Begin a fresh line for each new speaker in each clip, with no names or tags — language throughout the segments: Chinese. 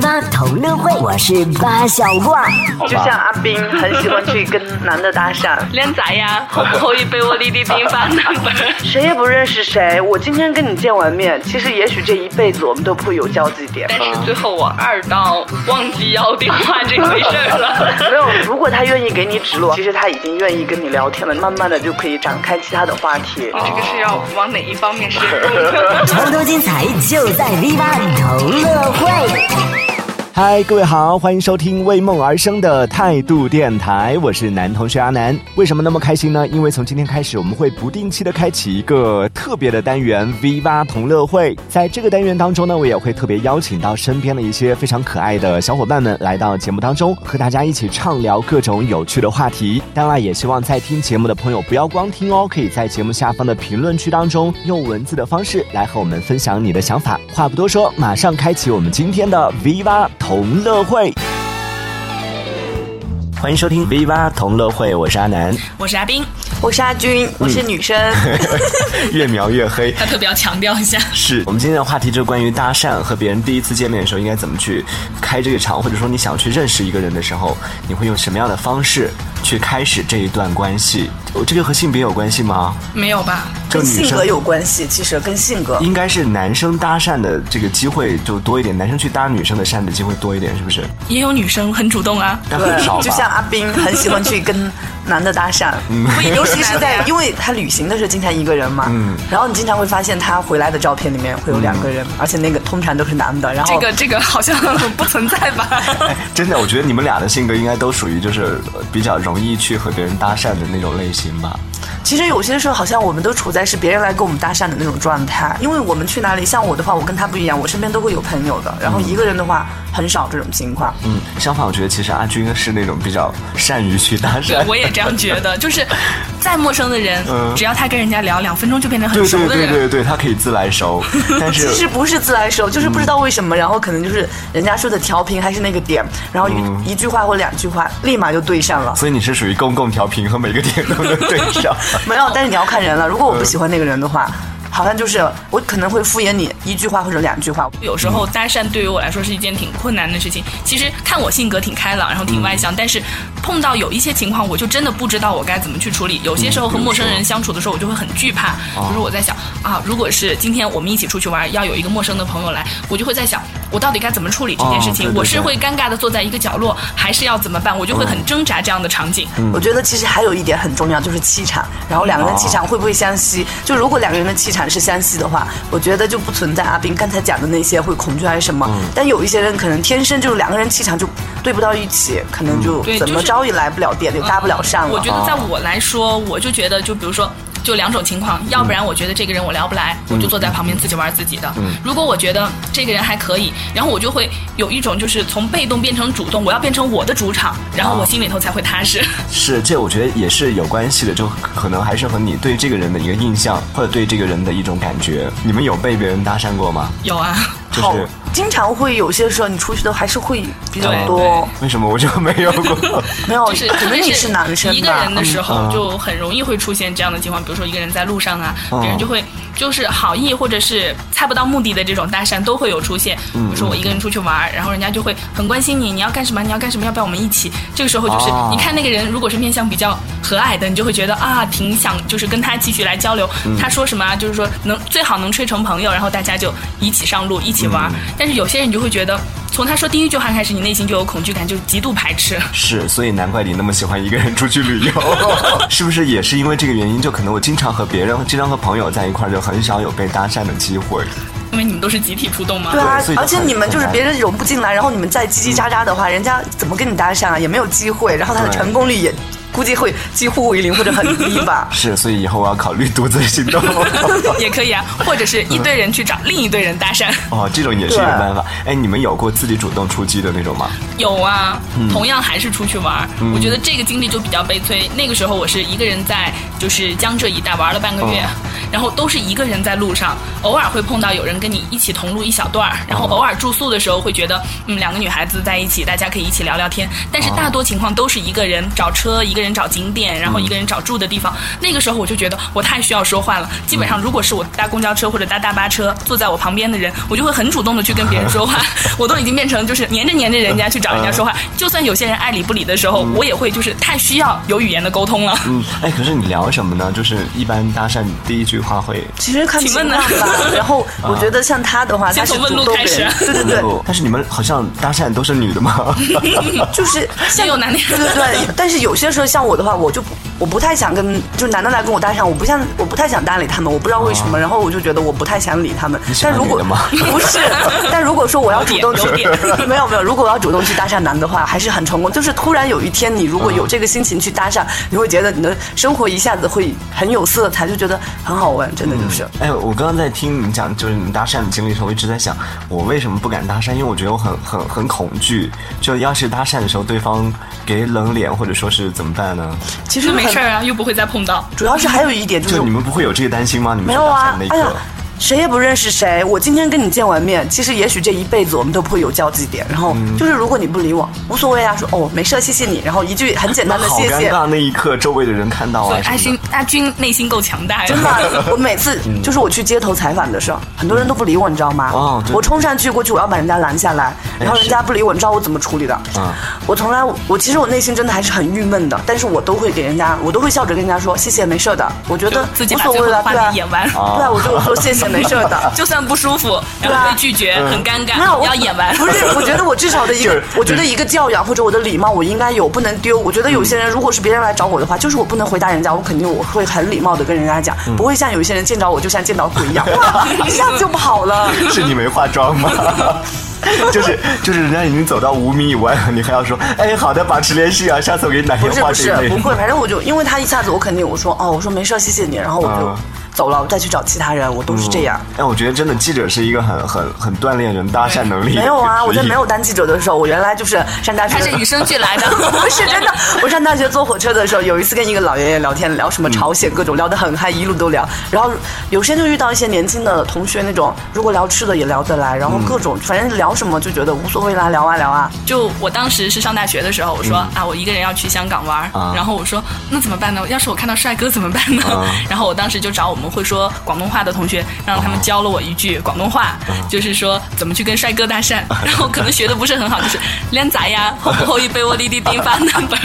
八同乐会，我是八小怪。
就像阿斌很喜欢去跟男的搭讪，
靓仔呀、可不可以俾我呢啲电话 number？
谁也不认识谁。我今天跟你见完面，其实也许这一辈子我们都不会有交集点。
但是最后我二到忘记要电话这回事儿了。
没有，如果他愿意给你指路，其实他已经愿意跟你聊天了，慢慢的就可以展开其他的话题。
这个是要往哪一方面深入？
超多精彩就在 V 八同乐会。
嗨，各位好，欢迎收听为梦而生的态度电台，我是男同学阿南。为什么那么开心呢？因为从今天开始，我们会不定期的开启一个特别的单元 V 八同乐会。在这个单元当中呢，我也会特别邀请到身边的一些非常可爱的小伙伴们来到节目当中，和大家一起畅聊各种有趣的话题。当然，也希望在听节目的朋友不要光听哦，可以在节目下方的评论区当中用文字的方式来和我们分享你的想法。话不多说，马上开启我们今天的 V 八同乐会。欢迎收听 V 八同乐会，我是阿 南，
我是阿冰，
我是阿军，我
嗯
是女 生。
越描越黑。
他特别要强调一下，
是我们今天的话题就是关于搭讪和别人第一次见面的时候应该怎么去开这个场，或者说你想去认识一个人的时候，你会用什么样的方式去开始这一段关系？哦这个和性别有关系吗？
没有吧？
就
跟
女
性格
生
有关系，其实跟性格。
应该是男生搭讪的这个机会就多一点，男生去搭女生的讪的机会多一点，是不是？
也有女生很主动啊，
但很少
就像
吧。嗯
阿斌很喜欢去跟男的搭讪，尤其是 在，因为他旅行的时候经常一个人嘛，
嗯
然后你经常会发现他回来的照片里面会有两个人，而且那个通常都是男的，然后
这个这个好 像不存在吧？
真的，我觉得你们俩的性格应该都属于就是呃比较容易去和别人搭讪的那种类型吧。
其实有些时候好像我们都处在是别人来跟我们搭讪的那种状态，因为我们去哪里，像我的话，我跟他不一样，我身边都会有朋友的，然后一个人的话很少这种情况。
嗯，相反，我觉得其实阿军是那种比较善于去搭
对
讪，。
我也这样觉得，就是再陌生的人，
嗯
只要他跟人家聊两分钟就变成很
对
熟
对
的
对
人。
对对，他可以自来 熟，但是
其实不是自来熟，就是不知道为什么，然后可能就是人家说的调频还是那个点，然后一、一句话或两句话，立马就对上了。
所以你是属于公共调频和每个点都能对上。
没有，但是你要看人了。如果我不喜欢那个人的话，好像就是我可能会敷衍你一句话或者两句话。
有时候搭讪对于我来说是一件挺困难的事情。其实看我性格挺开朗，然后挺外向，但是碰到有一些情况，我就真的不知道我该怎么去处理。有些时候和陌生人相处的时候，我就会很惧怕。比如我在想啊，如果是今天我们一起出去玩，要有一个陌生的朋友来，我就会在想，我到底该怎么处理这件事情？
哦对对
我是
对
会尴尬的坐在一个角落，还是要怎么办？我就会很挣扎这样的场景。
嗯
我觉得其实还有一点很重要，就是气场。然后两个人气场会不会相吸？就如果两个人的气场是相吸的话，我觉得就不存在阿斌刚才讲的那些会恐惧还是什么。
嗯
但有一些人可能天生就是两个人气场就对不到一起，可能
嗯
就
对
怎
就
么
是嗯
着也来不了电，也搭不了讪了。
我觉得在我来说，我就觉得就比如说。就两种情况，要不然我觉得这个人我聊不来，我就坐在旁边自己玩自己的。如果我觉得这个人还可以，然后我就会有一种就是从被动变成主动，我要变成我的主场，然后我心里头才会踏实。
是，这我觉得也是有关系的，就可能还是和你对这个人的一个印象，或者对这个人的一种感觉。你们有被别人搭讪过吗？
有啊，
就
好
是，
经常会有些时候你出去的还是会比较
对
多，
为什么我就没有过？
没有，
就是
可
特
能
别
你是男生吧，
一个人的时
嗯
候，就很容易会出现这样的情况，比如说一个人在路上啊，
嗯
别人就会就是好意或者是猜不到目的的这种搭讪都会有出现。
嗯
比如说我一个人出去玩儿，然后人家就会很关心你，你要干什么？你要干什么？要不要我们一起？这个时候就是
哦
你看那个人如果是面相比较和蔼的，你就会觉得啊，挺想就是跟他继续来交流。
嗯
他说什么啊，就是说能最好能吹成朋友，然后大家就一起上路，一起玩儿。
嗯
但是有些人你就会觉得。从他说第一句话开始，你内心就有恐惧感，就极度排斥。
是，所以难怪你那么喜欢一个人出去旅游， 是不是也是因为这个原因？就可能我经常和别人，经常和朋友在一块儿，就很少有被搭讪的机会。
因为你们都是集体出动嘛。
对啊
对所以，就
而且
很
你们就是
很
别人融不进来，然后你们再叽叽喳喳的话，人家怎么跟你搭讪啊？也没有机会，然后他的
对。
成功率也估计会几乎为零或者很低吧
是，所以以后我要考虑独自行动。
也可以啊，或者是一堆人去找另一堆人搭讪。
哦，这种也是一个
对
办法。哎，你们有过自己主动出击的那种吗？
有啊，同样还是出去玩儿。我觉得这个经历就比较悲催。那个时候我是一个人在就是江浙一带玩了半个月，然后都是一个人在路上，偶尔会碰到有人跟你一起同路一小段儿，然后偶尔住宿的时候会觉得，嗯，两个女孩子在一起，大家可以一起聊聊天，但是大多情况都是一个人找车，一个人找景点，然后一个人找住的地方。那个时候我就觉得我太需要说话了，基本上如果是我搭公交车或者搭大巴车，坐在我旁边的人，我就会很主动的去跟别人说话，我都已经变成就是黏着黏着人家去找人家说话，就算有些人爱理不理的时候，我也会就是太需要有语言的沟通了。
嗯，哎，可是你聊什么呢？就是一般搭讪第一句话会
其实看
请
情
问
况
呢
吧。然后我觉得像他的话，
先
他是
从问
主
路
动
开始
人，对对
问
对，
路，但是你们好像搭讪都是女 的吗？
就是
也有男的
对对对，但是有些时候像我的话，我就不我不太想跟，就男的来跟我搭讪，我不像我不太想搭理他们，我不知道为什么，然后我就觉得我不太想理他们
啊你。喜欢
但如果
女的吗
不是，但如果说我要主动去
有点有，
没有没有，如果我要主动去搭讪男的话，还是很成功。就是突然有一天，你如果有这个心情去搭讪，你会觉得你的生活一下子会很有色彩，就觉得很好玩，真的
嗯
就是。
哎，我刚刚在听你讲，就是你搭讪的经历的时候，我一直在想，我为什么不敢搭讪？因为我觉得我很很很恐惧，就要是搭讪的时候对方给冷脸，或者说是怎么办呢？
其实
那没
很
事儿啊，又不会再碰到。
主要是还有一点就是
就你们不会有这个担心吗？你们
没
去
有
搭
啊
讪那一，
哎呀
刻，，
谁也不认识谁。我今天跟你见完面，其实也许这一辈子我们都不会有交集点。然后
嗯
就是如果你不理我，无所谓啊，说哦没事，谢谢你。然后一句很简单哎的
好
谢
尴
谢。
尬，那一刻周围的人看到
所
啊
以
什
阿
么
军
的，
阿军内心够强大呀，
真 的，我每次
嗯
就是我去街头采访的时候，很多人都不理我，你知道吗？
哦对哎
我冲上去过去，我要把人家拦下来，然后人家不理我，你知道我怎么处理的？
嗯
我从来我其实我内心真的还是很郁闷的，但是我都会给人家，我都会笑着跟人家说谢谢，没事的。我觉得
就自己
无
把
所
最后
谓
的
了，
话
对啊，
题演完。
对啊，我就说谢谢，没事的。
就算不舒服，
对
然后
啊
被拒绝，
嗯
很尴尬，
那我
要演 完。
不是，我觉得我至少的一
就
个
是，嗯
我觉得一个教养或者我的礼貌，我应该有，不能丢。我觉得有些人如果是别人来找我的话，就是我不能回答人家，我肯定我会很礼貌的跟人家讲，
嗯
不会像有一些人见着我就像见到鬼一样， 哇，一下子就跑了。
是你没化妆吗？ 就是就是，人家已经走到五米以外了，你还要说，哎，好的，保持联系啊，下次我给你打
不
电
是
话
不
这
是
一类
不会，反正我就因为他一下子我肯定我说哦，我说没事儿，谢谢你，然后我
啊
就走了，我再去找其他人，我都是这样。
哎，我觉得真的记者是一个很很很锻炼人搭讪能力的职业。
没有啊，我在没有当记者的时候，我原来就是上大学
他
的时
是
候，
与生俱来的，
不 是真的。我上大学坐火车的时候，有一次跟一个老爷爷聊天，聊什么朝鲜各种，聊得很嗨，一路都聊。然后有些就遇到一些年轻的同学，那种如果聊吃的也聊得来，然后各种、反正聊什么就觉得无所谓啦，聊啊聊啊。
就我当时是上大学的时候，我说、啊，我一个人要去香港玩儿，
嗯啊
然后我说那怎么办呢？要是我看到帅哥怎么办呢？
啊
然后我当时就找我们会说广东话的同学，让他们教了我一句广东话，
啊
就是说怎么去跟帅哥搭 讪。然后可能学的不是很好，就是靓仔呀， 后不后一杯我滴滴滴发 number。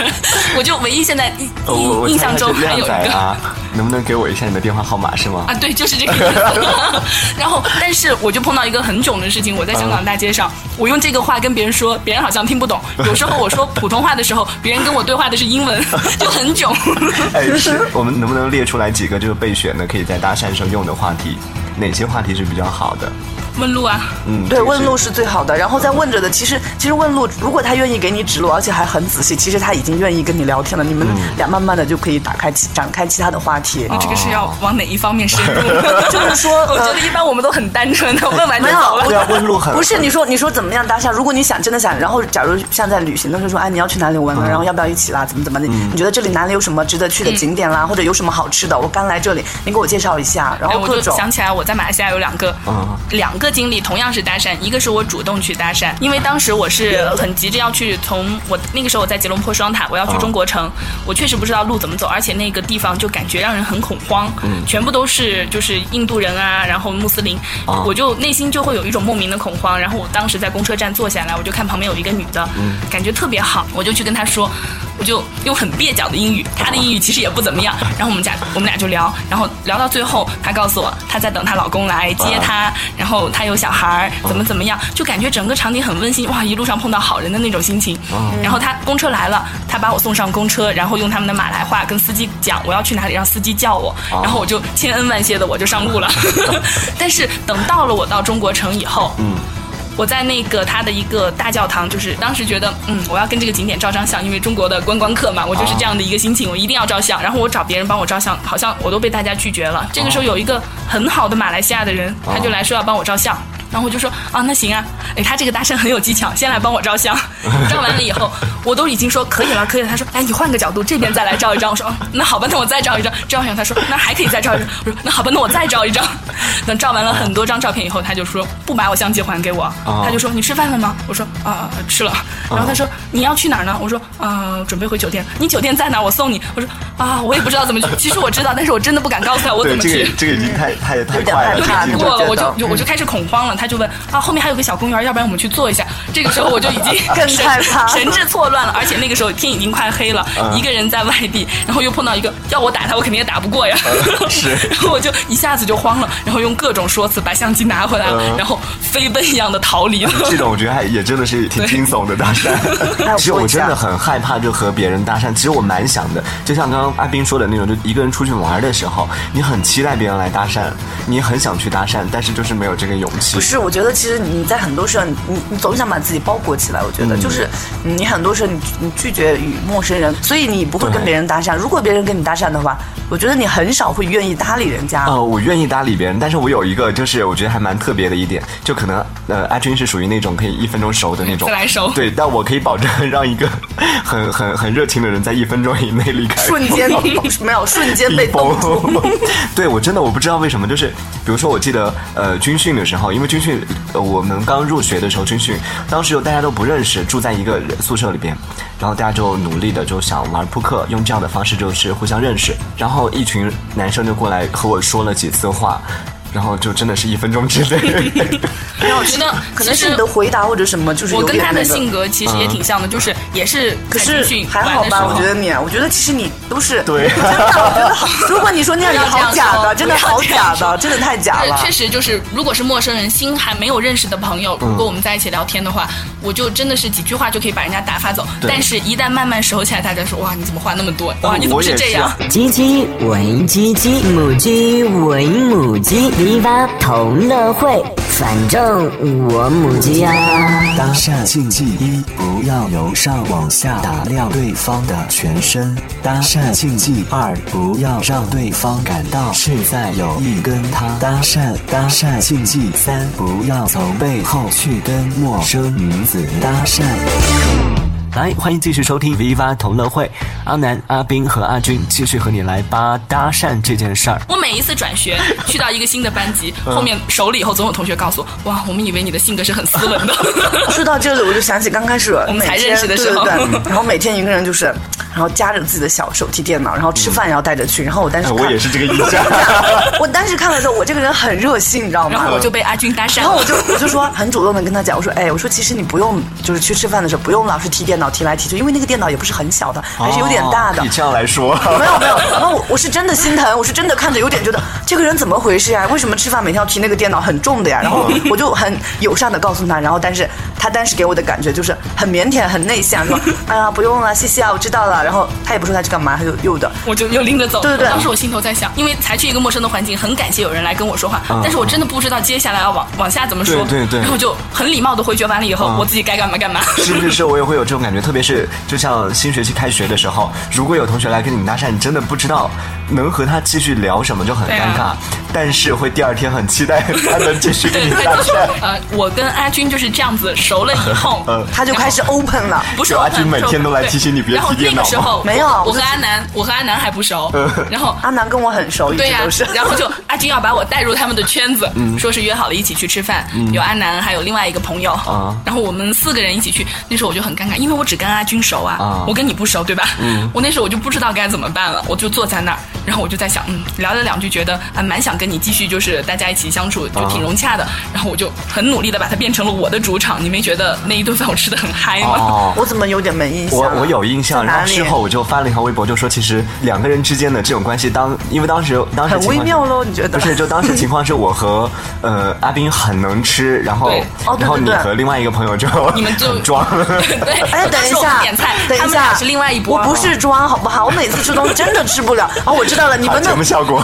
我 就唯一现在印
我哦我
印印象中还有
靓
一
仔
个。
啊，能不能给我一下你的电话号码是吗？
啊，对，就是这个意思。 然后，但是我就碰到一个很囧的事情，我在香港大街上，我用这个话跟别人说，别人好像听不懂。有时候我说普通话的时候，别人跟我对话的是英文，就很囧。
哎，是我们能不能列出来几个就是备选的，可以在搭讪时候用的话题？哪些话题是比较好的？
问路啊，
嗯，
对，
这个
问
是
路是最好的。然后在问着的，其实其实问路，如果他愿意给你指路，而且还很仔细，其实他已经愿意跟你聊天了。你们俩慢慢的就可以打开其展开其他的话题。
这个是要往哪一方面深入？
就是说呃
我觉得一般我们都很单纯的，问完就
没有
走了。
对啊，问路很
不是你说你说怎么样搭讪？如果你想真的想，然后假如像在旅行的时候说，哎，你要去哪里玩
嗯
玩，然后要不要一起啦？怎么怎么的？你觉得这里哪里有什么值得去
嗯
的景点啦，或者有什么好吃的？我刚来这里，你给我介绍一下。然
哎，
后
我
各
就
种啊
想起来我在马来西亚有两个、
嗯
两个经历，同样是搭讪，一个是我主动去搭讪，因为当时我是很急着要去从我那个时候我在吉隆坡双塔，我要
啊
去中国城，我确实不知道路怎么走，而且那个地方就感觉让人很恐慌，
嗯
全部都是就是印度人啊，然后穆斯林，
啊
我就内心就会有一种莫名的恐慌。然后我当时在公车站坐下来，我就看旁边有一个女的，感觉特别好，我就去跟她说。我就用很蹩脚的英语，她的英语其实也不怎么样。然后我们俩我们俩就聊，然后聊到最后，她告诉我她在等她老公来接她，然后她有小孩儿，怎么怎么样，就感觉整个场景很温馨哇！一路上碰到好人的那种心情。然后她公车来了，她把我送上公车，然后用他们的马来话跟司机讲我要去哪里，让司机叫我。然后我就千恩万谢的我就上路了。但是等到了我到中国城以后，
嗯
我在那个他的一个大教堂，就是当时觉得，嗯，我要跟这个景点照张相，因为中国的观光客嘛，我就是这样的一个心情，我一定要照相。然后我找别人帮我照相，好像我都被大家拒绝了。这个时候有一个很好的马来西亚的人，他就来说要帮我照相。然后我就说啊，那行啊，哎，他这个搭讪很有技巧，先来帮我照相。照完了以后，我都已经说可以了，可以了。他说，哎，你换个角度，这边再来照一张。我说，哦，那好吧，那我再照一张。照完，他说，那还可以再照一张。我说，那好吧，那我再照一张。等照完了很多张照片以后，他就说不把我相机还给我，他就说你吃饭了吗？我说啊、吃了。然后他说你要去哪儿呢？我说啊、准备回酒店。你酒店在哪儿？我送你。我说啊，我也不知道怎么去。其实我知道，但是我真的不敢告诉他我
对，
怎么
这
去。
个这个已经太太太
有点
快
害
了，
怕
这个已经
过
我我
觉得
就我就开始恐慌了，他就问啊，后面还有个小公园，要不然我们去坐一下。这个时候我就已经
更
神
害怕
神志错乱了，而且那个时候天已经快黑了，一个人在外地，然后又碰到一个要我打他，我肯定也打不过呀。
是
然后我就一下子就慌了，然后用各种说辞把相机拿回来，
嗯
然后飞奔一样的逃离了。
这种我觉得还也真的是挺惊悚的搭 讪。
哎
其实我真的很害怕，就和别人搭讪。其实我蛮想的，就像刚刚阿斌说的那种，就一个人出去玩的时候，你很期待别人来搭讪，你很想去搭讪，但是就是没有这个勇气。
不是，我觉得其实你在很多时候，你你你总想把自己包裹起来。我觉
嗯
得、就是你很多时候你你拒绝与陌生人，所以你不会
对
跟别人搭讪。如果别人跟你搭讪的话，我觉得你很少会愿意搭理人家。
呃，我愿意搭理别人，但是我有一个就是我觉得还蛮特别的一点，就可能呃阿军是属于那种可以一分钟熟的那种，
自来熟
对，但我可以保证让一个很很很热情的人在一分钟以内离开，
瞬 间没有，瞬间被
一
冻
封
住。。
对我真的我不知道为什么，就是比如说我记得呃军训的时候，因为军训、呃我们刚入学的时候军训，当时有大家都不认识，住在一个人宿舍里边，然后大家就努力的就想玩扑克，用这样的方式就是互相认识，然后一群男生就过来和我说了几次话。然后就真的是一分钟之内，
然后我觉得
可
其
能是
实
你的回答或者什么，就是
我
有
跟
点
他
那
的
个嗯
性格其实也挺像的，就是也是
可
在
是
军训
还好
玩的时
吧，我
候
觉。得你，啊我觉得其实你都是
对
真的，我觉得 好。如果你说那样，你
不要
好
这样
假
说
的，真的
不要
好
这样
假
说
的，真的太假
对
了，。
确实就是，如果是陌生人，新还没有认识的朋友，如果
嗯
我们在一起聊天的话，我就真的是几句话就可以把人家打发走。
对
但是，一旦慢慢熟起来，大家说哇，你怎么话那么多？
哦
哇，你怎么
我也
这
是
样
啊？
鸡鸡为鸡鸡，母鸡为母鸡，篱笆同乐会，反正我母鸡啊。
搭讪禁忌一：不要由上往下打量对方的全身。搭讪禁忌二：不要让对方感到是在有意跟他搭讪。搭讪禁忌三：不要从背后去跟陌生女子搭讪。
来，欢迎继续收听 Viva 同乐会，阿南、阿斌和阿军继续和你来扒搭讪这件事儿。
我每一次转学去到一个新的班级，
嗯
后面熟了以后，总有同学告诉我，哇，我们以为你的性格是很斯文的。
说到这里，我就想起刚开始我
们
每
才
天
认识的时候
对 对对，然后每天一个人就是，然后夹着自己的小手提电脑，然后吃饭也要带着去，然后我当时
哎
看，
我也是这个印 象。
我当时看了之后，我这个人很热心，你知道吗？
然后我就被阿军搭讪
然后我
了。
就我就说很主动的跟他讲，我说哎，我说其实你不用，就是去吃饭的时候不用老是提电脑提来提去，因为那个电脑也不是很小的，还是有点大的
哦你。这样来说，
没有没有，然后我我是真的心疼，我是真的看着有点觉得这个人怎么回事呀、为什么吃饭每天要提那个电脑很重的 呀？然后我就很友善的告诉他，然后但是他当时给我的感觉就是很腼腆、很内向，说哎呀不用了，谢谢啊，我知道了。然后他也不说他去干嘛，他就又的。
我就又拎着走。
对对对
当时我心头在想，因为才去一个陌生的环境，很感谢有人来跟我说话，但是我真的不知道接下来要往往下怎么说。
啊对对对啊
然后我就很礼貌的回绝完了以后，我自己该干嘛 干嘛。
是是是，我也会有这种感觉，特别是就像新学期开学的时候，如果有同学来跟你搭讪，你真的不知道能和他继续聊什么，就很尴
对
尬。
啊
但是会第二天很期待他能继 续跟
对
你
对
搭
就是
讪。
呃，我跟阿军就是这样子熟了以 后，
嗯
他就开始 open 了，
不是
有阿
open，
军每天都来提醒你别
然后
提电
那个
脑
时
吗
候
没有
我
我
和
就
阿南，我和阿南还不熟，
嗯
然后
阿南跟我很熟，一直
对呀、
都是。嗯
然 后就阿军要把我带入他们的圈子，说是约好了一起去吃饭，有阿南还有另外一个朋友，
啊
然后我们四个人一起去。那时候我就很尴尬，因为我只跟阿军熟啊，
啊
我跟你不熟，对吧？
嗯
我那时候我就不知道该怎么办了，我就坐在那儿，然后我就在想，嗯，聊了两句，觉得啊、蛮想跟你继续就是大家一起相处，就
啊
挺融洽的。然后我就很努力的把它变成了我的主场。你没觉得那一顿饭我吃的很嗨吗？
哦，
我怎么有点没印象
我
啊？
我有印
在
象，
哪
然后
里
事后我就发了一条微博，就说其实两个人之间的这种关系当，因为当时当时
很
情况
微妙
是
咯你觉得
不是，就当时情况是我 和呃阿斌很能吃，然后
对
哦对
然后
对
你
对
和另外一个朋友就
你们就
很装，
对，
哎，等
当
一
时我
下
不点菜，，
等
他
一
们俩
下，
是另外一波。哦
我不是装，好不好？我每次吃东西真的吃不了。哦，我知道了，你们
节
那
目效果。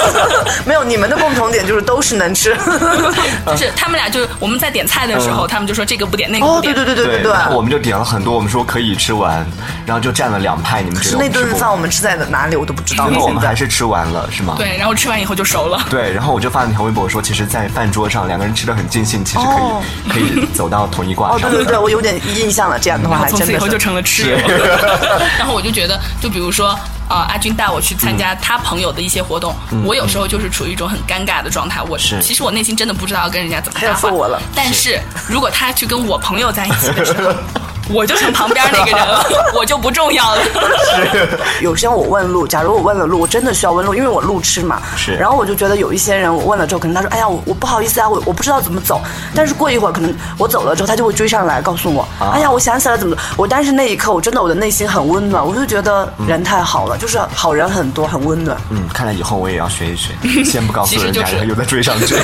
没没有，你们的共同点就是都是能吃。
就是他们俩就我们在点菜的时候，他们就说这个不点那个
啊嗯哦
不，
对
点。
对对对对
然后我们就点了很多，我们说可以吃完，然后就占了两派。你们觉
是
得我
那
们吃
顿
不
饭我们吃在哪里我都不知道。
最后我们
现
还
在
是吃完了，是吗？
对然后吃完以后就熟了。
对。然后我就发了条微博说，其实，在饭桌上两个人吃的很尽兴，其实可以、
哦
可以走到同一挂
哦，对
上。
对对，我有点印象了。这样的话，
然后
还
从
真
此以
的。
后就是成了吃友。 然后我就觉得，就比如说啊、呃阿军带我去参
嗯
加他朋友的一些活动，我有时候就是处于一种很尴尬的状态。我
是
其实我内心真的不知道要跟人家怎么
他要
搭话
揍我了。
但是如果他去跟我朋友在一起的时 候，我就成旁边那个人了，我就不重要了。
有些人我问路，假如我问了路，我真的需要问路，因为我路痴嘛。
是
然后我就觉得有一些人，我问了之后，可能他说：“哎呀，我我不好意思啊，我我不知道怎么走。”但是过一会儿，可能我走了之后，他就会追上来告诉我：“
啊
哎呀，我想起来怎么走。”我当时那一刻，我真的我的内心很温暖，我就觉得人太好了，就是好人很多，很温暖。
嗯，看来以后我也要学一学，先不告诉
其实
人家，
就是
然后又再追上 去。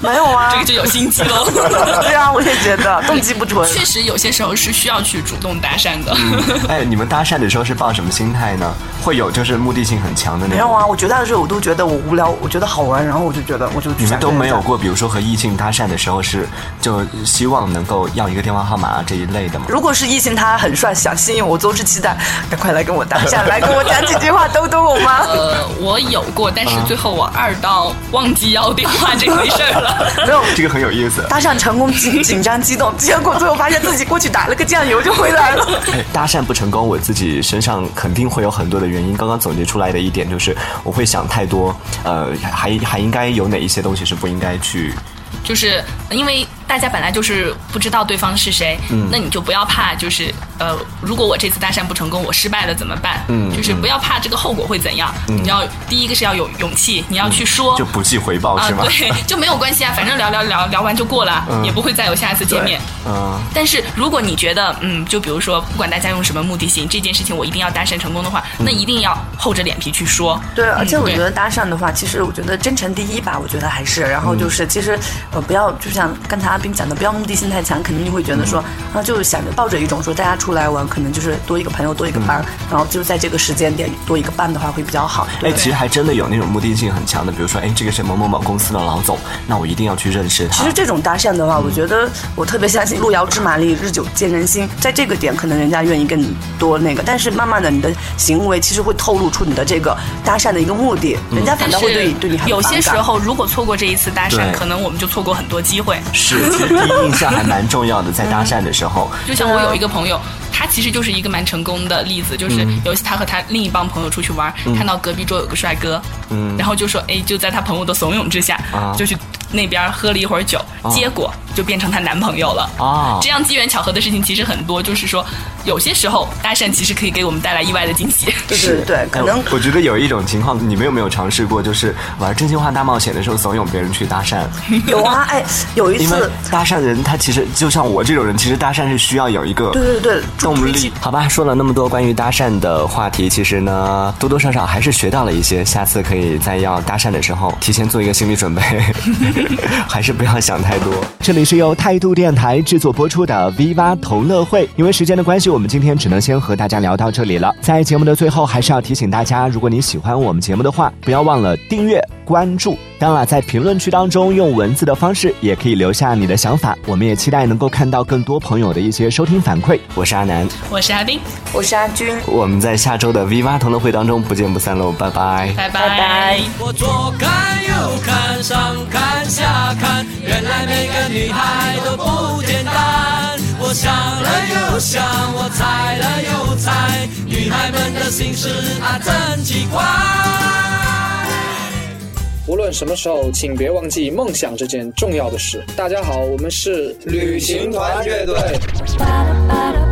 没有啊
这，个就有心机喽。
对啊，我也觉得动机不纯。
确实，有些时候是需要去主动搭讪的。
嗯
哎，你们搭讪的时候是抱什么心态呢？会有就是目的性很强的那
没
种？
有啊，我绝大多数我都觉得我无聊，我觉得好玩，然后我就觉得我就去
你们
想
都
跟人
没有
家
过，比如说和异性搭讪的时候是就希望能够要一个电话号码啊这一类的吗？
如果是异性，他很帅，想吸引我，总是期待，赶快来跟我搭讪，来跟我讲几句话，逗逗我吗？
呃，我有过，但是
啊
最后我二到忘记要电话这回事儿了。
没有。
这个很有意思。
搭讪成功，紧紧张激动，结果最后发现自己过去打了个酱油就回来了。
哎 搭讪不成功，我自己身上肯定会有很多的原因。刚刚总结出来的一点就是，我会想太多，呃，还还应该有哪一些东西是不应该去。
就是呃因为大家本来就是不知道对方是谁，
嗯
那你就不要怕，就是呃，如果我这次搭讪不成功，我失败了怎么办？
嗯
就是不要怕这个后果会怎样。你要第一个是要有勇气，你要去说。
嗯就不计回报
啊
是，嗯吗？
对， 就没有关系啊，反正聊聊聊聊完就过了，也不会再有下一次见面。
嗯，
但是如果你觉得，嗯，就比如说，不管大家用什么目的性，这件事情我一定要搭讪成功的话，那一定要厚着脸皮去说。
对，而且我
嗯对
觉得搭讪的话，其实我觉得真诚第一吧，我觉得还是，然后就是
嗯
其实呃不要，就像刚才阿斌讲的，不要目的性太强，可能你会觉得说，
嗯
啊就想着抱着一种说大家出来玩，可能就是多一个朋友多一个
嗯
伴，然后就在这个时间点多一个伴的话会比较好。
哎，其实还真的有那种目的性很强的，比如说，哎，这个是某某某公司的老总，那我一定要去认识
其
他
实。这种搭讪的话，我觉
嗯
得我特别相信路遥知马力，日久见人心。在这个点，可能人家愿意跟你多那个，但是慢慢的，你的行为其实会透露出你的这个搭讪的一个目的，人家反
嗯但
倒
是
会对你对你很
有些
反
时
感。
候，如果错过这一次搭
对
讪，可能我们就错过很多机会。
是，其实第一印象还蛮重要的，在搭讪的时候。
就像
啊
我有一个朋友，他其实就是一个蛮成功的例子，就是
嗯
有一次他和他另一帮朋友出去玩，看到隔壁桌有个帅哥，然后就说，哎，就在他朋友的怂恿之下，
嗯啊
就去那边喝了一会儿酒，结果就变成她男朋友了。
啊
这样机缘巧合的事情其实很多，就是说有些时候搭讪其实可以给我们带来意外的惊喜。
对对对，可能
哎我觉得有一种情况，你们有没有尝试过，就是玩真心话大冒险的时候怂恿别人去搭讪？
有啊。哎，有一
因为
次，
搭讪人他其实就像我这种人，其实搭讪是需要有一个
对对对，助
动
推
力
器。
好吧，说了那么多关于搭讪的话题，其实呢多多少少还是学到了一些，下次可以在要搭讪的时候提前做一个心理准备， 还是不要想太多。
这里是由态度电台制作播出的 V 八同乐会。
因为时间的关系，我们今天只能先和大家聊到这里了。在节目的最后，还是要提醒大家，如果你喜欢我们节目的话，不要忘了订阅、关注。当然了，在评论区当中用文字的方式也可以留下你的想法，我们也期待能够看到更多朋友的一些收听反馈。我是阿南，
我是阿冰，
我是阿军。
我们在下周的 V 八同乐会当中不见不散喽，拜拜。
拜拜
我左看右看，上看下看，原来每个女孩都不简单。我想了又想，我猜了又猜，女孩们的心事啊真奇怪。
无论什么时候，请别忘记梦想这件重要的事。大家好，我们是
旅行团乐队。
ba da ba da